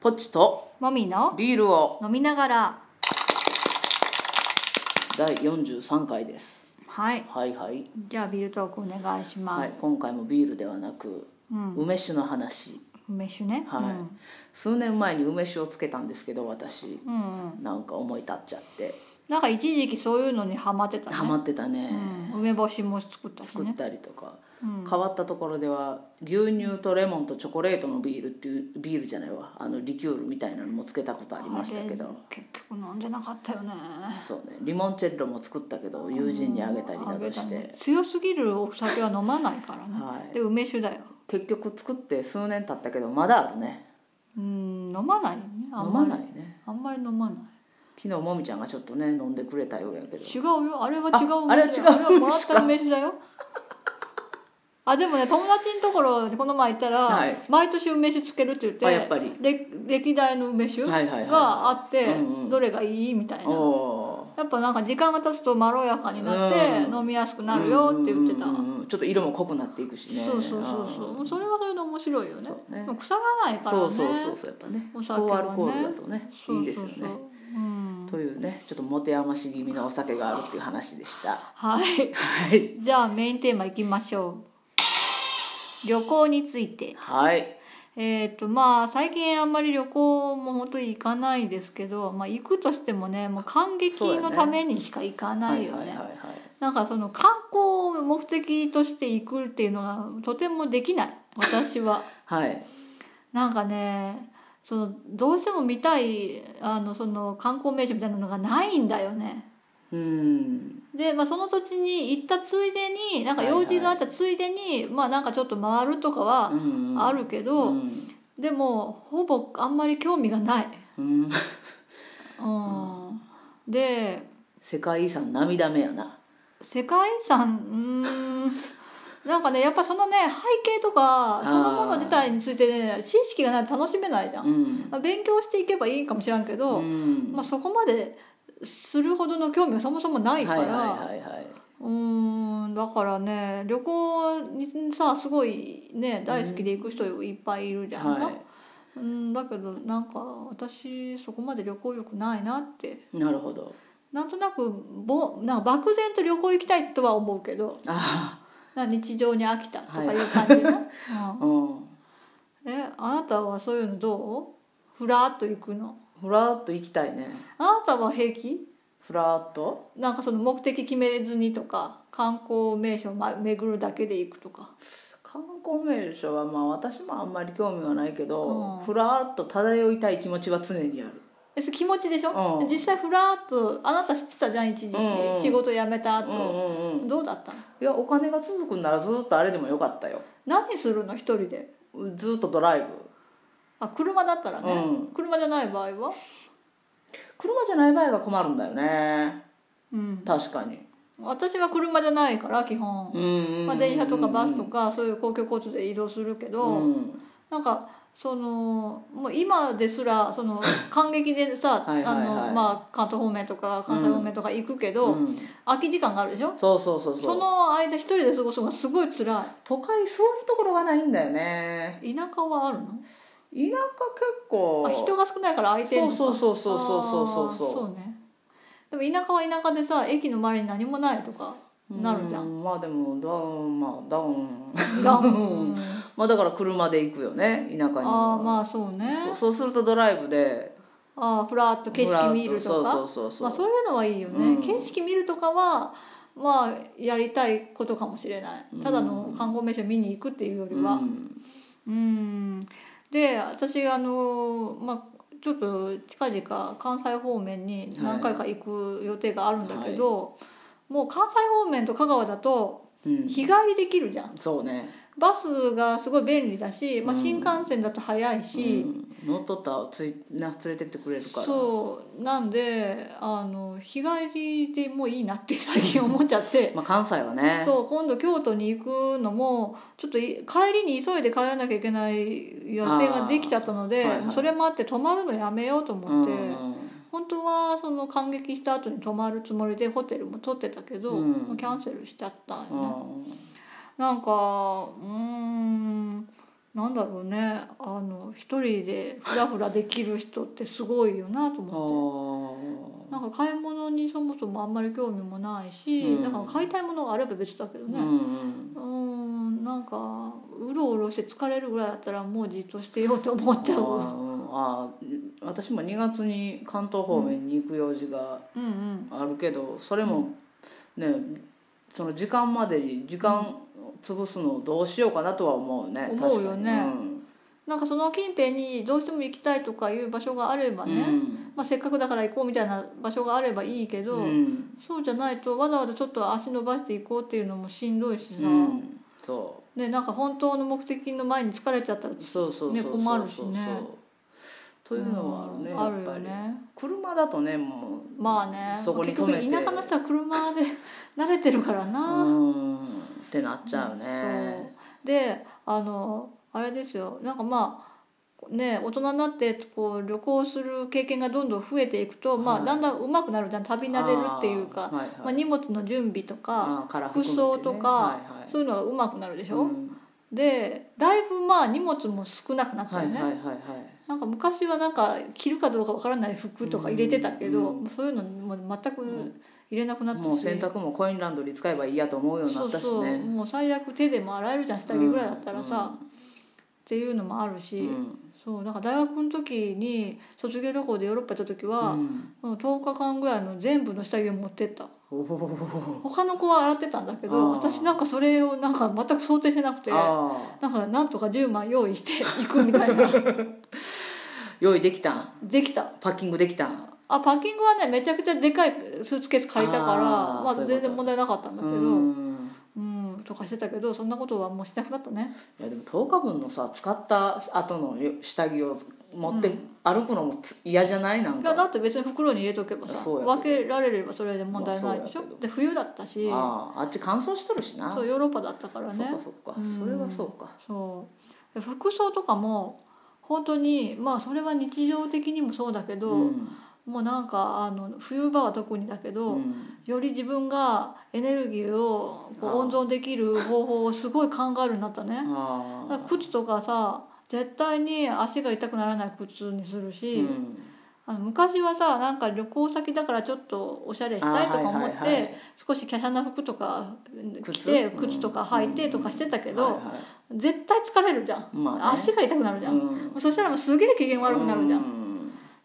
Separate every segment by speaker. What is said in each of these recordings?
Speaker 1: ポチと
Speaker 2: もみの
Speaker 1: ビールを
Speaker 2: 飲みながら
Speaker 1: 第43回です
Speaker 2: はい
Speaker 1: はいはい、
Speaker 2: じゃあビールトークお願いします、
Speaker 1: はい、今回もビールではなく、
Speaker 2: うん
Speaker 1: 梅酒の話
Speaker 2: 梅酒ね
Speaker 1: はい、数年前に梅酒をつけたんですけど私
Speaker 2: うん、うんうん
Speaker 1: なんか思い立っちゃって
Speaker 2: なんか一時期そういうのにハマってたね
Speaker 1: ハマってたね、
Speaker 2: うん、梅干しも作ったし
Speaker 1: 作っ
Speaker 2: ね
Speaker 1: たりとか、
Speaker 2: うん
Speaker 1: 変わったところでは牛乳とレモンとチョコレートのビールっていうビールじゃないわあのリキュールみたいなのもつけたことありましたけ
Speaker 2: あれ
Speaker 1: ど
Speaker 2: 結局飲んでなかったよね
Speaker 1: そうねリモンチェッロも作ったけど友人にあげたりなどし
Speaker 2: あげたね
Speaker 1: て
Speaker 2: 強すぎるお酒は飲まないからね、
Speaker 1: はい
Speaker 2: で梅酒だよ
Speaker 1: 結局作って数年経ったけどまだあるね
Speaker 2: うん飲まないよねあ
Speaker 1: 飲
Speaker 2: んま
Speaker 1: ま
Speaker 2: り
Speaker 1: ないね
Speaker 2: あんまり飲まない
Speaker 1: 昨日もみちゃんがちょっとね飲んでくれたようやけど
Speaker 2: 違うよあれは違う
Speaker 1: ああれは
Speaker 2: 梅酒
Speaker 1: 違う
Speaker 2: だよあれはもらった梅酒だ よあでもね友達のところにこの前行ったら、
Speaker 1: はい
Speaker 2: 毎年梅酒つけるって言って
Speaker 1: あやっぱり
Speaker 2: れ歴代の梅酒が
Speaker 1: はいはいはい
Speaker 2: あって、
Speaker 1: うんうん
Speaker 2: どれがいいみたいな
Speaker 1: おお
Speaker 2: やっぱなんか時間が経つとまろやかになって
Speaker 1: うん
Speaker 2: 飲みやすくなるよって言ってた、
Speaker 1: うんうんうんちょっと色も濃くなっていくしね
Speaker 2: そうそうそうそうもうそれはそれで面白いよね
Speaker 1: そうね
Speaker 2: もう腐らないからね
Speaker 1: そうそうそうそうやっぱね
Speaker 2: お酒はね
Speaker 1: 高アルコールだとね
Speaker 2: そう
Speaker 1: いいですよ
Speaker 2: そう
Speaker 1: ね
Speaker 2: そううん
Speaker 1: というねちょっと持て余し気味のお酒があるっていう話でした
Speaker 2: はい
Speaker 1: はい
Speaker 2: じゃあメインテーマいきましょう旅行について
Speaker 1: はい
Speaker 2: えっ、とまあ最近あんまり旅行も本当に行かないですけど、まあ、行くとしてもねもう感激
Speaker 1: そうや
Speaker 2: の
Speaker 1: ね
Speaker 2: ためにしか行かないよ
Speaker 1: はいはい
Speaker 2: ね
Speaker 1: はいはい
Speaker 2: なんかその観光を目的として行くっていうのがとてもできない私 は
Speaker 1: はい
Speaker 2: なんかねそのどうしても見たいあのその観光名所みたいなのがないんだよね
Speaker 1: うん
Speaker 2: で、まあ、その土地に行ったついでになんか
Speaker 1: はいはい
Speaker 2: 用事があったついでに、まあなんかちょっと回るとかは
Speaker 1: うん
Speaker 2: あるけど、
Speaker 1: うん
Speaker 2: でもほぼあんまり興味がない。
Speaker 1: うん
Speaker 2: うんで
Speaker 1: 世界遺産涙目やな
Speaker 2: 世界遺産うーんなんかねやっぱそのね背景とかそのもの自体についてね知識がないと楽しめないじゃん、
Speaker 1: うん
Speaker 2: まあ勉強していけばいいかもしらんけど、
Speaker 1: うん
Speaker 2: まあ、そこまでするほどの興味がそもそもないから、
Speaker 1: はいはいはいはいう
Speaker 2: ーんだからね旅行にさすごいね大好きで行く人いっぱいいるじゃんか、
Speaker 1: は
Speaker 2: うんだけどなんか私そこまで旅行力ないなって
Speaker 1: いなるほど
Speaker 2: なんとなくぼなんか漠然と旅行行きたいとは思うけど
Speaker 1: あ
Speaker 2: なんか日常に飽きたとかいう感じな、
Speaker 1: あうん
Speaker 2: うん、えあなたはそういうのどうふらっと行くの
Speaker 1: ふらっと行きたいね
Speaker 2: あなたは平気
Speaker 1: ふらっと
Speaker 2: なんかその目的決めずにとか観光名所ま巡るだけで行くとか
Speaker 1: 観光名所はまあ私もあんまり興味はないけど、
Speaker 2: うん
Speaker 1: ふらっと漂いたい気持ちは常にある
Speaker 2: えそれ気持ちでしょ、
Speaker 1: うん
Speaker 2: 実際ふらっとあなた知ってたじゃん一時期、
Speaker 1: うんうん
Speaker 2: 仕事辞めた
Speaker 1: うんう
Speaker 2: 後、
Speaker 1: んうん
Speaker 2: どうだったの
Speaker 1: いやお金が続くんならずっとあれでもよかったよ
Speaker 2: 何するの一人で
Speaker 1: ずっとドライブ
Speaker 2: あ車だったらね、
Speaker 1: うん
Speaker 2: 車じゃない場合は
Speaker 1: 車じゃない場合が困るんだよね
Speaker 2: うん
Speaker 1: 確かに
Speaker 2: 私は車じゃないから基本、
Speaker 1: うん
Speaker 2: まあ、電車とかバスとかそういう公共交通で移動するけど、
Speaker 1: うん
Speaker 2: なんかそのもう今ですら その感激でさ
Speaker 1: はいはいはい
Speaker 2: あのまあ関東方面とか関西方面とか行くけど、
Speaker 1: うん
Speaker 2: 空き時間があるでしょ
Speaker 1: そうそうそう
Speaker 2: そ
Speaker 1: そう
Speaker 2: の間一人で過ごすのがすごい辛
Speaker 1: 都会座るところがないんだよね
Speaker 2: い田舎はあるの
Speaker 1: 田舎結構
Speaker 2: あ人が少ないから空いてる
Speaker 1: そう
Speaker 2: の
Speaker 1: そうそうそう
Speaker 2: あ
Speaker 1: そう
Speaker 2: ー
Speaker 1: そうそう
Speaker 2: そうねでも田舎は田舎でさ駅の周りに何もないとかなるじゃ
Speaker 1: うんまあでもダウンまあダウン
Speaker 2: だうん
Speaker 1: まあだから車で行くよね田舎に
Speaker 2: あ
Speaker 1: は
Speaker 2: あまあそうね
Speaker 1: そうそうするとドライブで
Speaker 2: ああふらっと景
Speaker 1: ふらっ
Speaker 2: 色見るとか
Speaker 1: そうそうそう
Speaker 2: まあ、
Speaker 1: そう、
Speaker 2: そういうのはいいよね、
Speaker 1: うん
Speaker 2: 景色見るとかはまあやりたいことかもしれないただの観光名所見に行くっていうより
Speaker 1: う
Speaker 2: は
Speaker 1: ん
Speaker 2: うんで私あのまあちょっと近々関西方面に何回か行く予定があるんだけど、もう関西方面と香川だと
Speaker 1: うん
Speaker 2: 日帰りできるじゃん
Speaker 1: そうね
Speaker 2: バスがすごい便利だし、まあ、
Speaker 1: うん
Speaker 2: 新幹線だと早いし、
Speaker 1: うん、乗っとったらついな連れてってくれるから
Speaker 2: そうなんであの日帰りでもういいなって最近思っちゃって
Speaker 1: まあ関西はね
Speaker 2: そう今度京都に行くのもちょっとい帰りに急いで帰らなきゃいけない予定ができちゃったので、
Speaker 1: あーはいはい
Speaker 2: もうそれもあって泊まるのやめようと思って、
Speaker 1: うん
Speaker 2: 本当はその感激した後に泊まるつもりでホテルも取ってたけど、
Speaker 1: うん
Speaker 2: もうキャンセルしちゃったよね、
Speaker 1: うん
Speaker 2: なんかうーんなんだろうねあの一人でフラフラできる人ってすごいよなと
Speaker 1: あ
Speaker 2: 思って。
Speaker 1: ー
Speaker 2: なんか買い物にそもそもあんまり興味もないし、
Speaker 1: うん
Speaker 2: だから買いたいものがあれば別だけど
Speaker 1: うんう
Speaker 2: ね、
Speaker 1: ん
Speaker 2: うんなんかうろうろして疲れるぐらいだったらもうじっとしてようと思っちゃ
Speaker 1: あ
Speaker 2: う。
Speaker 1: ーあー私も2月に関東方面に行く用事が
Speaker 2: うんうん
Speaker 1: あるけどそれもねその時間までに時間潰すのどうしようかなとは思うね
Speaker 2: 思うよね
Speaker 1: 確かに
Speaker 2: なんかその近辺にどうしても行きたいとかいう場所があれば
Speaker 1: うん
Speaker 2: ね、まあ、せっかくだから行こうみたいな場所があればいいけど、
Speaker 1: うん
Speaker 2: そうじゃないとわざわざちょっと足伸ばしていこうっていうのもしんどいし
Speaker 1: う
Speaker 2: さ、
Speaker 1: んそ
Speaker 2: ね、なんか本当の目的の前に疲れちゃったら
Speaker 1: うそうそうそう
Speaker 2: ね
Speaker 1: そう
Speaker 2: 困るしね
Speaker 1: そうというのはあるね、
Speaker 2: うん
Speaker 1: や
Speaker 2: あ
Speaker 1: っ
Speaker 2: る
Speaker 1: ぱ
Speaker 2: よ
Speaker 1: り、
Speaker 2: ね
Speaker 1: 車だとねもう
Speaker 2: まあね
Speaker 1: そこに止めて
Speaker 2: 結局田舎の人は車で 慣れてるから
Speaker 1: う
Speaker 2: な、
Speaker 1: んってなっちゃうね、
Speaker 2: そうであのあれですよなんかまあね大人になってこう旅行する経験がどんどん増えていくと、ま
Speaker 1: は
Speaker 2: あ、
Speaker 1: い
Speaker 2: だんだん上手くなるじゃん旅慣れるっていうか
Speaker 1: あーはいはい
Speaker 2: まあ、荷物の準備とか
Speaker 1: あーから
Speaker 2: 服
Speaker 1: 含めてね
Speaker 2: 装とか、
Speaker 1: はいはい
Speaker 2: そういうのが上手くなるでしょ、
Speaker 1: うん
Speaker 2: でだいぶまあ荷物も少なくなった
Speaker 1: はい
Speaker 2: よ
Speaker 1: はい
Speaker 2: ね、
Speaker 1: はいはい
Speaker 2: なんか昔はなんか着るかどうかわからない服とか入れてたけど、
Speaker 1: うん
Speaker 2: もうそういうのもう全く
Speaker 1: ん
Speaker 2: 入れなくなったし、
Speaker 1: もう洗濯もコインランドリー使えばいいやと思うようにな
Speaker 2: そ
Speaker 1: っ
Speaker 2: う
Speaker 1: たし
Speaker 2: そう
Speaker 1: ね
Speaker 2: もう最悪手でも洗えるじゃん下着ぐらいだったらさ、
Speaker 1: うんうん
Speaker 2: っていうのもあるし、そうなんか大学の時に卒業旅行でヨーロッパ行った時
Speaker 1: うん
Speaker 2: は、もう10日間ぐらいの全部の下着を持ってった
Speaker 1: うんお
Speaker 2: 他の子は洗ってたんだけ
Speaker 1: あー
Speaker 2: ど私なんかそれをなんか全く想定してなくて
Speaker 1: ーあ
Speaker 2: なんかなんとか10枚用意して いくみた いな
Speaker 1: ー用意できたん
Speaker 2: できた
Speaker 1: パッキングできたん
Speaker 2: あパッキングはねめちゃくちゃでかいスーツケース借りたから
Speaker 1: あー
Speaker 2: まあ
Speaker 1: そういうこと
Speaker 2: 全然問題なかったんだけど
Speaker 1: うん
Speaker 2: うんとかしてたけどそんなことはもうしなくなったね
Speaker 1: いやでも10日分のさ使った後の下着を持って歩くのもつ嫌じゃないなん
Speaker 2: いや
Speaker 1: か
Speaker 2: だって別に袋に入れとけばさ
Speaker 1: そうや
Speaker 2: 分
Speaker 1: け
Speaker 2: けられればそれで問題ないでし
Speaker 1: まあそ
Speaker 2: ょ、
Speaker 1: うやけど
Speaker 2: で冬だったし
Speaker 1: あーあっち乾燥しとるしな
Speaker 2: そうヨーロッパだったから
Speaker 1: そっ
Speaker 2: ね
Speaker 1: かそっか
Speaker 2: うん
Speaker 1: それはそうか
Speaker 2: そうで服装とかも本当にまあそれは日常的にもそうだけど、
Speaker 1: うん
Speaker 2: もうなんかあの冬場は特にだけど、
Speaker 1: うん
Speaker 2: より自分がエネルギーをこう
Speaker 1: あー
Speaker 2: 温存できる方法をすごい考えるようになったねだから
Speaker 1: あ
Speaker 2: 靴とかさ絶対に足が痛くならない靴にする
Speaker 1: ー
Speaker 2: し、
Speaker 1: うん
Speaker 2: あの昔はさなんか旅行先だからちょっとおしゃれしたいとか思って、
Speaker 1: あーはいはいはい
Speaker 2: 少し華奢な服とか着
Speaker 1: 靴
Speaker 2: て
Speaker 1: うん
Speaker 2: 靴とか履いてとかしてたけど、
Speaker 1: はいはい
Speaker 2: 絶対疲れるじゃん、
Speaker 1: まあね
Speaker 2: 足が痛くなるじゃん、
Speaker 1: うん
Speaker 2: そしたらもうすげえ機嫌悪くなるじゃん、
Speaker 1: うん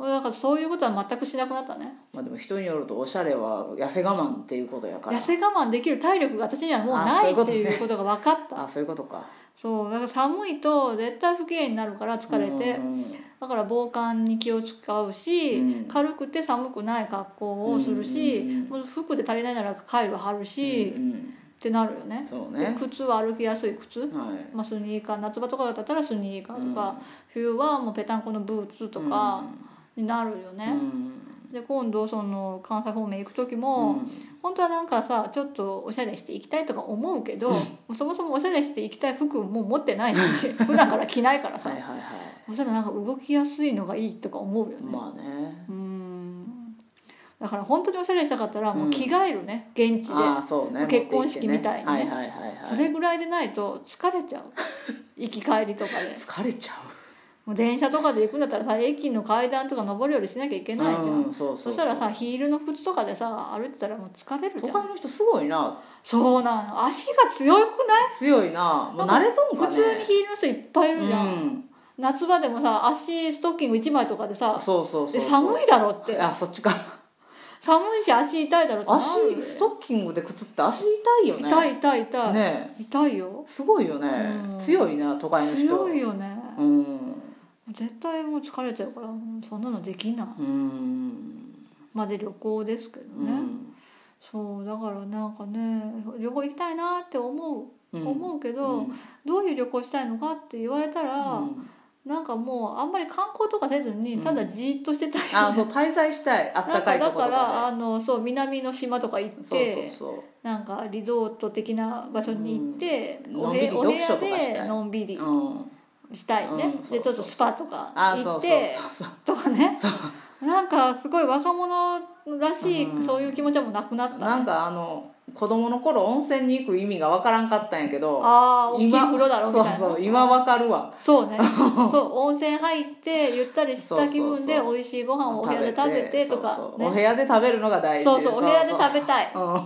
Speaker 2: だからそういうことは全くしなくなったね
Speaker 1: まあでも人によるとおしゃれは痩せ我慢っていうことやから
Speaker 2: 痩せ我慢できる体力が私にはもう
Speaker 1: あ
Speaker 2: な
Speaker 1: そう
Speaker 2: い
Speaker 1: いうこ
Speaker 2: っ
Speaker 1: と
Speaker 2: て
Speaker 1: ね
Speaker 2: いうことが分かった
Speaker 1: あそういうことか
Speaker 2: そうだから寒いと絶対不機嫌になるから疲れて、
Speaker 1: うん
Speaker 2: だから防寒に気を使うし、
Speaker 1: うん
Speaker 2: 軽くて寒くない格好をするし、
Speaker 1: うんうんうん
Speaker 2: もう服で足りないならカイロ貼るし、
Speaker 1: う
Speaker 2: っ
Speaker 1: ん
Speaker 2: てなるよ
Speaker 1: う
Speaker 2: ね
Speaker 1: んそうね
Speaker 2: で靴は歩きやすい靴、
Speaker 1: はい
Speaker 2: まあ、スニーカー夏場とかだったらスニーカーとか、
Speaker 1: うん
Speaker 2: 冬はもうぺたんこのブーツとかになるよ
Speaker 1: うん
Speaker 2: ね、で今度その関西方面行く時
Speaker 1: う
Speaker 2: も、
Speaker 1: ん
Speaker 2: 本当はなんかさちょっとおしゃれしていきたいとか思うけど、もうそもそもおしゃれしていきたい服も持ってないし 普段から着ないからさ、
Speaker 1: はいはいはい
Speaker 2: そしたらなんか動きやすいのがいいとか思うよね、
Speaker 1: まあね
Speaker 2: うんだから本当におしゃれしたかったらもううん着替えるね、現地で、
Speaker 1: ああそうね
Speaker 2: 結婚式みたいに
Speaker 1: 持っ
Speaker 2: ね
Speaker 1: て行ってはいはいはいはい
Speaker 2: それぐらいでないと疲れちゃう 行き帰りとかで
Speaker 1: 疲れちゃ
Speaker 2: もう電車とかで行くんだったらさ駅の階段とか上り下りしなきゃいけ
Speaker 1: う
Speaker 2: ないじゃん、
Speaker 1: うんそう
Speaker 2: そ
Speaker 1: そう
Speaker 2: したらさヒールの靴とかでさ歩いてたらもう疲れる
Speaker 1: 都
Speaker 2: じゃ
Speaker 1: 会
Speaker 2: ん
Speaker 1: の人すごいな
Speaker 2: そうなの足が強くない
Speaker 1: 強いなもう慣れとんか
Speaker 2: 普
Speaker 1: ね
Speaker 2: 通にヒールの人いっぱいいるじゃん、
Speaker 1: うん
Speaker 2: 夏場でもさ足ストッキング1枚とかでさ
Speaker 1: そうそうそう
Speaker 2: で寒いだろって
Speaker 1: あそっちか
Speaker 2: 寒いし足痛いだろってな
Speaker 1: 足
Speaker 2: るよね
Speaker 1: ストッキングで靴って足痛いよね
Speaker 2: 痛い痛い痛い、
Speaker 1: ね
Speaker 2: 痛いよ
Speaker 1: すごいよね、
Speaker 2: うん
Speaker 1: 強いな都会の人
Speaker 2: 強いよね、
Speaker 1: うん
Speaker 2: 絶対もう疲れちゃうからもうそんなのできない
Speaker 1: うん、
Speaker 2: まあで旅行ですけど
Speaker 1: う
Speaker 2: ね、
Speaker 1: ん
Speaker 2: そうだからなんかね旅行行きたいなって思う、
Speaker 1: うん
Speaker 2: 思うけ
Speaker 1: う
Speaker 2: ど、
Speaker 1: ん
Speaker 2: どういう旅行したいのかって言われたら、
Speaker 1: うん
Speaker 2: なんかもうあんまり観光とかせずに
Speaker 1: うん
Speaker 2: ただじーっとしてたり、
Speaker 1: あそう滞在したいあった
Speaker 2: なん
Speaker 1: か
Speaker 2: か
Speaker 1: いと
Speaker 2: だ
Speaker 1: ころ
Speaker 2: か
Speaker 1: と
Speaker 2: ら
Speaker 1: か
Speaker 2: あのそう南の島とか行って
Speaker 1: でそうそう
Speaker 2: なんかリゾート的な場所に行って、
Speaker 1: うん
Speaker 2: お部
Speaker 1: の
Speaker 2: お
Speaker 1: ん
Speaker 2: 部
Speaker 1: びり読書
Speaker 2: 屋
Speaker 1: とかしたい
Speaker 2: でのんびり
Speaker 1: そう、うん、
Speaker 2: したいね、
Speaker 1: うん
Speaker 2: でちょっとスパとか
Speaker 1: あ
Speaker 2: 行
Speaker 1: そ
Speaker 2: っ
Speaker 1: うそう
Speaker 2: て
Speaker 1: そうそう
Speaker 2: とかねなんかすごい若者らしい、
Speaker 1: うん
Speaker 2: そういう気持ちはもうなくなった、ね、
Speaker 1: なんかあの子供の頃温泉に行く意味がわからんかったんやけど
Speaker 2: ああ大きい風呂だろみたいな
Speaker 1: そうそう今わかるわ
Speaker 2: そう ねそう温泉入ってゆったりした気分で美味しいご飯をお部屋で食べてとか
Speaker 1: そうそう
Speaker 2: ね
Speaker 1: お部屋で食べるのが大事
Speaker 2: そうそうお部屋で食べたい
Speaker 1: そう
Speaker 2: うん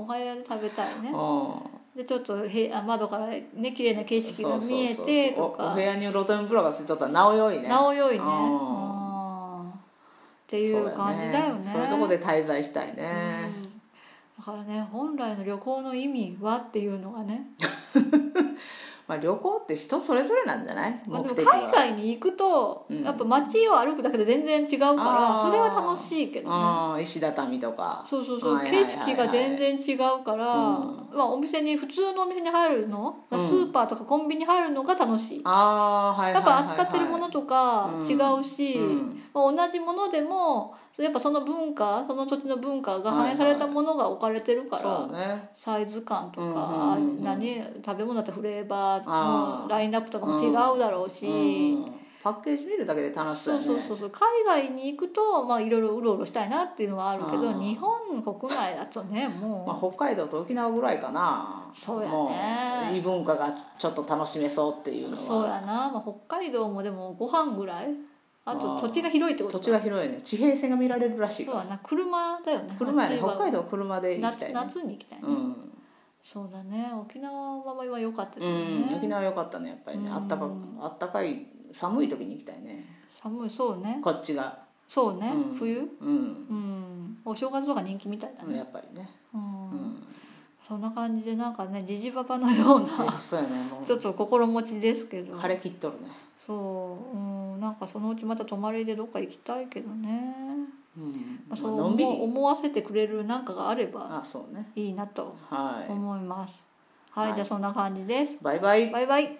Speaker 2: お部屋で食べたいね
Speaker 1: うんうん
Speaker 2: でちょっとへあ窓からね綺麗な景色が見えて
Speaker 1: そうそ
Speaker 2: と
Speaker 1: うそうおお
Speaker 2: か
Speaker 1: 部屋に露天風呂がついとったらなおよいね
Speaker 2: なお良いね
Speaker 1: う
Speaker 2: うんんっていう感じだよね
Speaker 1: そういうとこで滞在したいね、
Speaker 2: うんだからね本来の旅行の意味はっていうのがね、
Speaker 1: まあ、旅行って人それぞれなんじゃない
Speaker 2: まあ、
Speaker 1: 目
Speaker 2: でも
Speaker 1: 的は、
Speaker 2: 海外に行くと、
Speaker 1: うん
Speaker 2: やっぱ街を歩くだけで全然違うから
Speaker 1: あー
Speaker 2: それは楽しいけどね
Speaker 1: ああ石畳とか
Speaker 2: そうそうそう、
Speaker 1: はいはいはいはい
Speaker 2: 景色が全然違うから、
Speaker 1: ん
Speaker 2: まあ、お店に普通のお店に入るの、
Speaker 1: うん
Speaker 2: スーパーとかコンビニ入るのが楽しい
Speaker 1: ああはいは
Speaker 2: や
Speaker 1: いは
Speaker 2: っ
Speaker 1: い
Speaker 2: ぱ
Speaker 1: はい
Speaker 2: 扱ってるものとか
Speaker 1: うん
Speaker 2: 違うし、
Speaker 1: うん
Speaker 2: まあ、同じものでもそうやっぱその文化その土地の文化が反映されたものが置かれてるから、
Speaker 1: そうね
Speaker 2: サイズ感と
Speaker 1: うん
Speaker 2: か、
Speaker 1: うんうんうん
Speaker 2: 何食べ物だってフレーバー
Speaker 1: あ
Speaker 2: の
Speaker 1: ー
Speaker 2: ラインナップとかも違うだろうし、
Speaker 1: うんパッケージ見るだけで楽しそ
Speaker 2: そうう
Speaker 1: やね
Speaker 2: そうそうそう海外に行くとまあいろいろうろうろしたいなっていうのはあるけど
Speaker 1: あー
Speaker 2: 日本国内だとねもう、
Speaker 1: まあ、北海道と沖縄ぐらいかな
Speaker 2: そうやね
Speaker 1: もう異文化がちょっと楽しめそうっていうのは
Speaker 2: そうやな、まあ、北海道もでもご飯ぐらいあと
Speaker 1: あー
Speaker 2: 土地が広いってこと
Speaker 1: 土地が広いね地平線が見られるらしいか
Speaker 2: そう
Speaker 1: ら
Speaker 2: やな車だよね
Speaker 1: 車やね
Speaker 2: 夏は
Speaker 1: 北海道は車で行きたいね
Speaker 2: 夏夏に行きたいね、
Speaker 1: うん、
Speaker 2: そうだね沖縄はまあ良かったけ
Speaker 1: う
Speaker 2: どね、
Speaker 1: ん、沖縄良かったねやっぱりね
Speaker 2: うん
Speaker 1: あったかあったかい寒い時に行きたいね
Speaker 2: 寒いそうね
Speaker 1: こっちが
Speaker 2: そうね、
Speaker 1: うん
Speaker 2: 冬
Speaker 1: うん、
Speaker 2: うんお正月とか人気みたいだね
Speaker 1: やっぱりね、
Speaker 2: うん、
Speaker 1: うん、
Speaker 2: そんな感じでなんかねじじばばのような
Speaker 1: そうやねも
Speaker 2: ちょっと心持ちですけど
Speaker 1: う枯れ切っとるね、
Speaker 2: そう、うん、なんかそのうちまた泊まりでどっか行きたいけどね、
Speaker 1: うん
Speaker 2: まあ、そう
Speaker 1: まあのんび
Speaker 2: 思
Speaker 1: り
Speaker 2: 思わせてくれるなんかがあれば
Speaker 1: あそうね
Speaker 2: いいなと
Speaker 1: は
Speaker 2: 思います。はい、
Speaker 1: はい
Speaker 2: じゃあそんな感じです。
Speaker 1: いバイバイ
Speaker 2: バイバイ。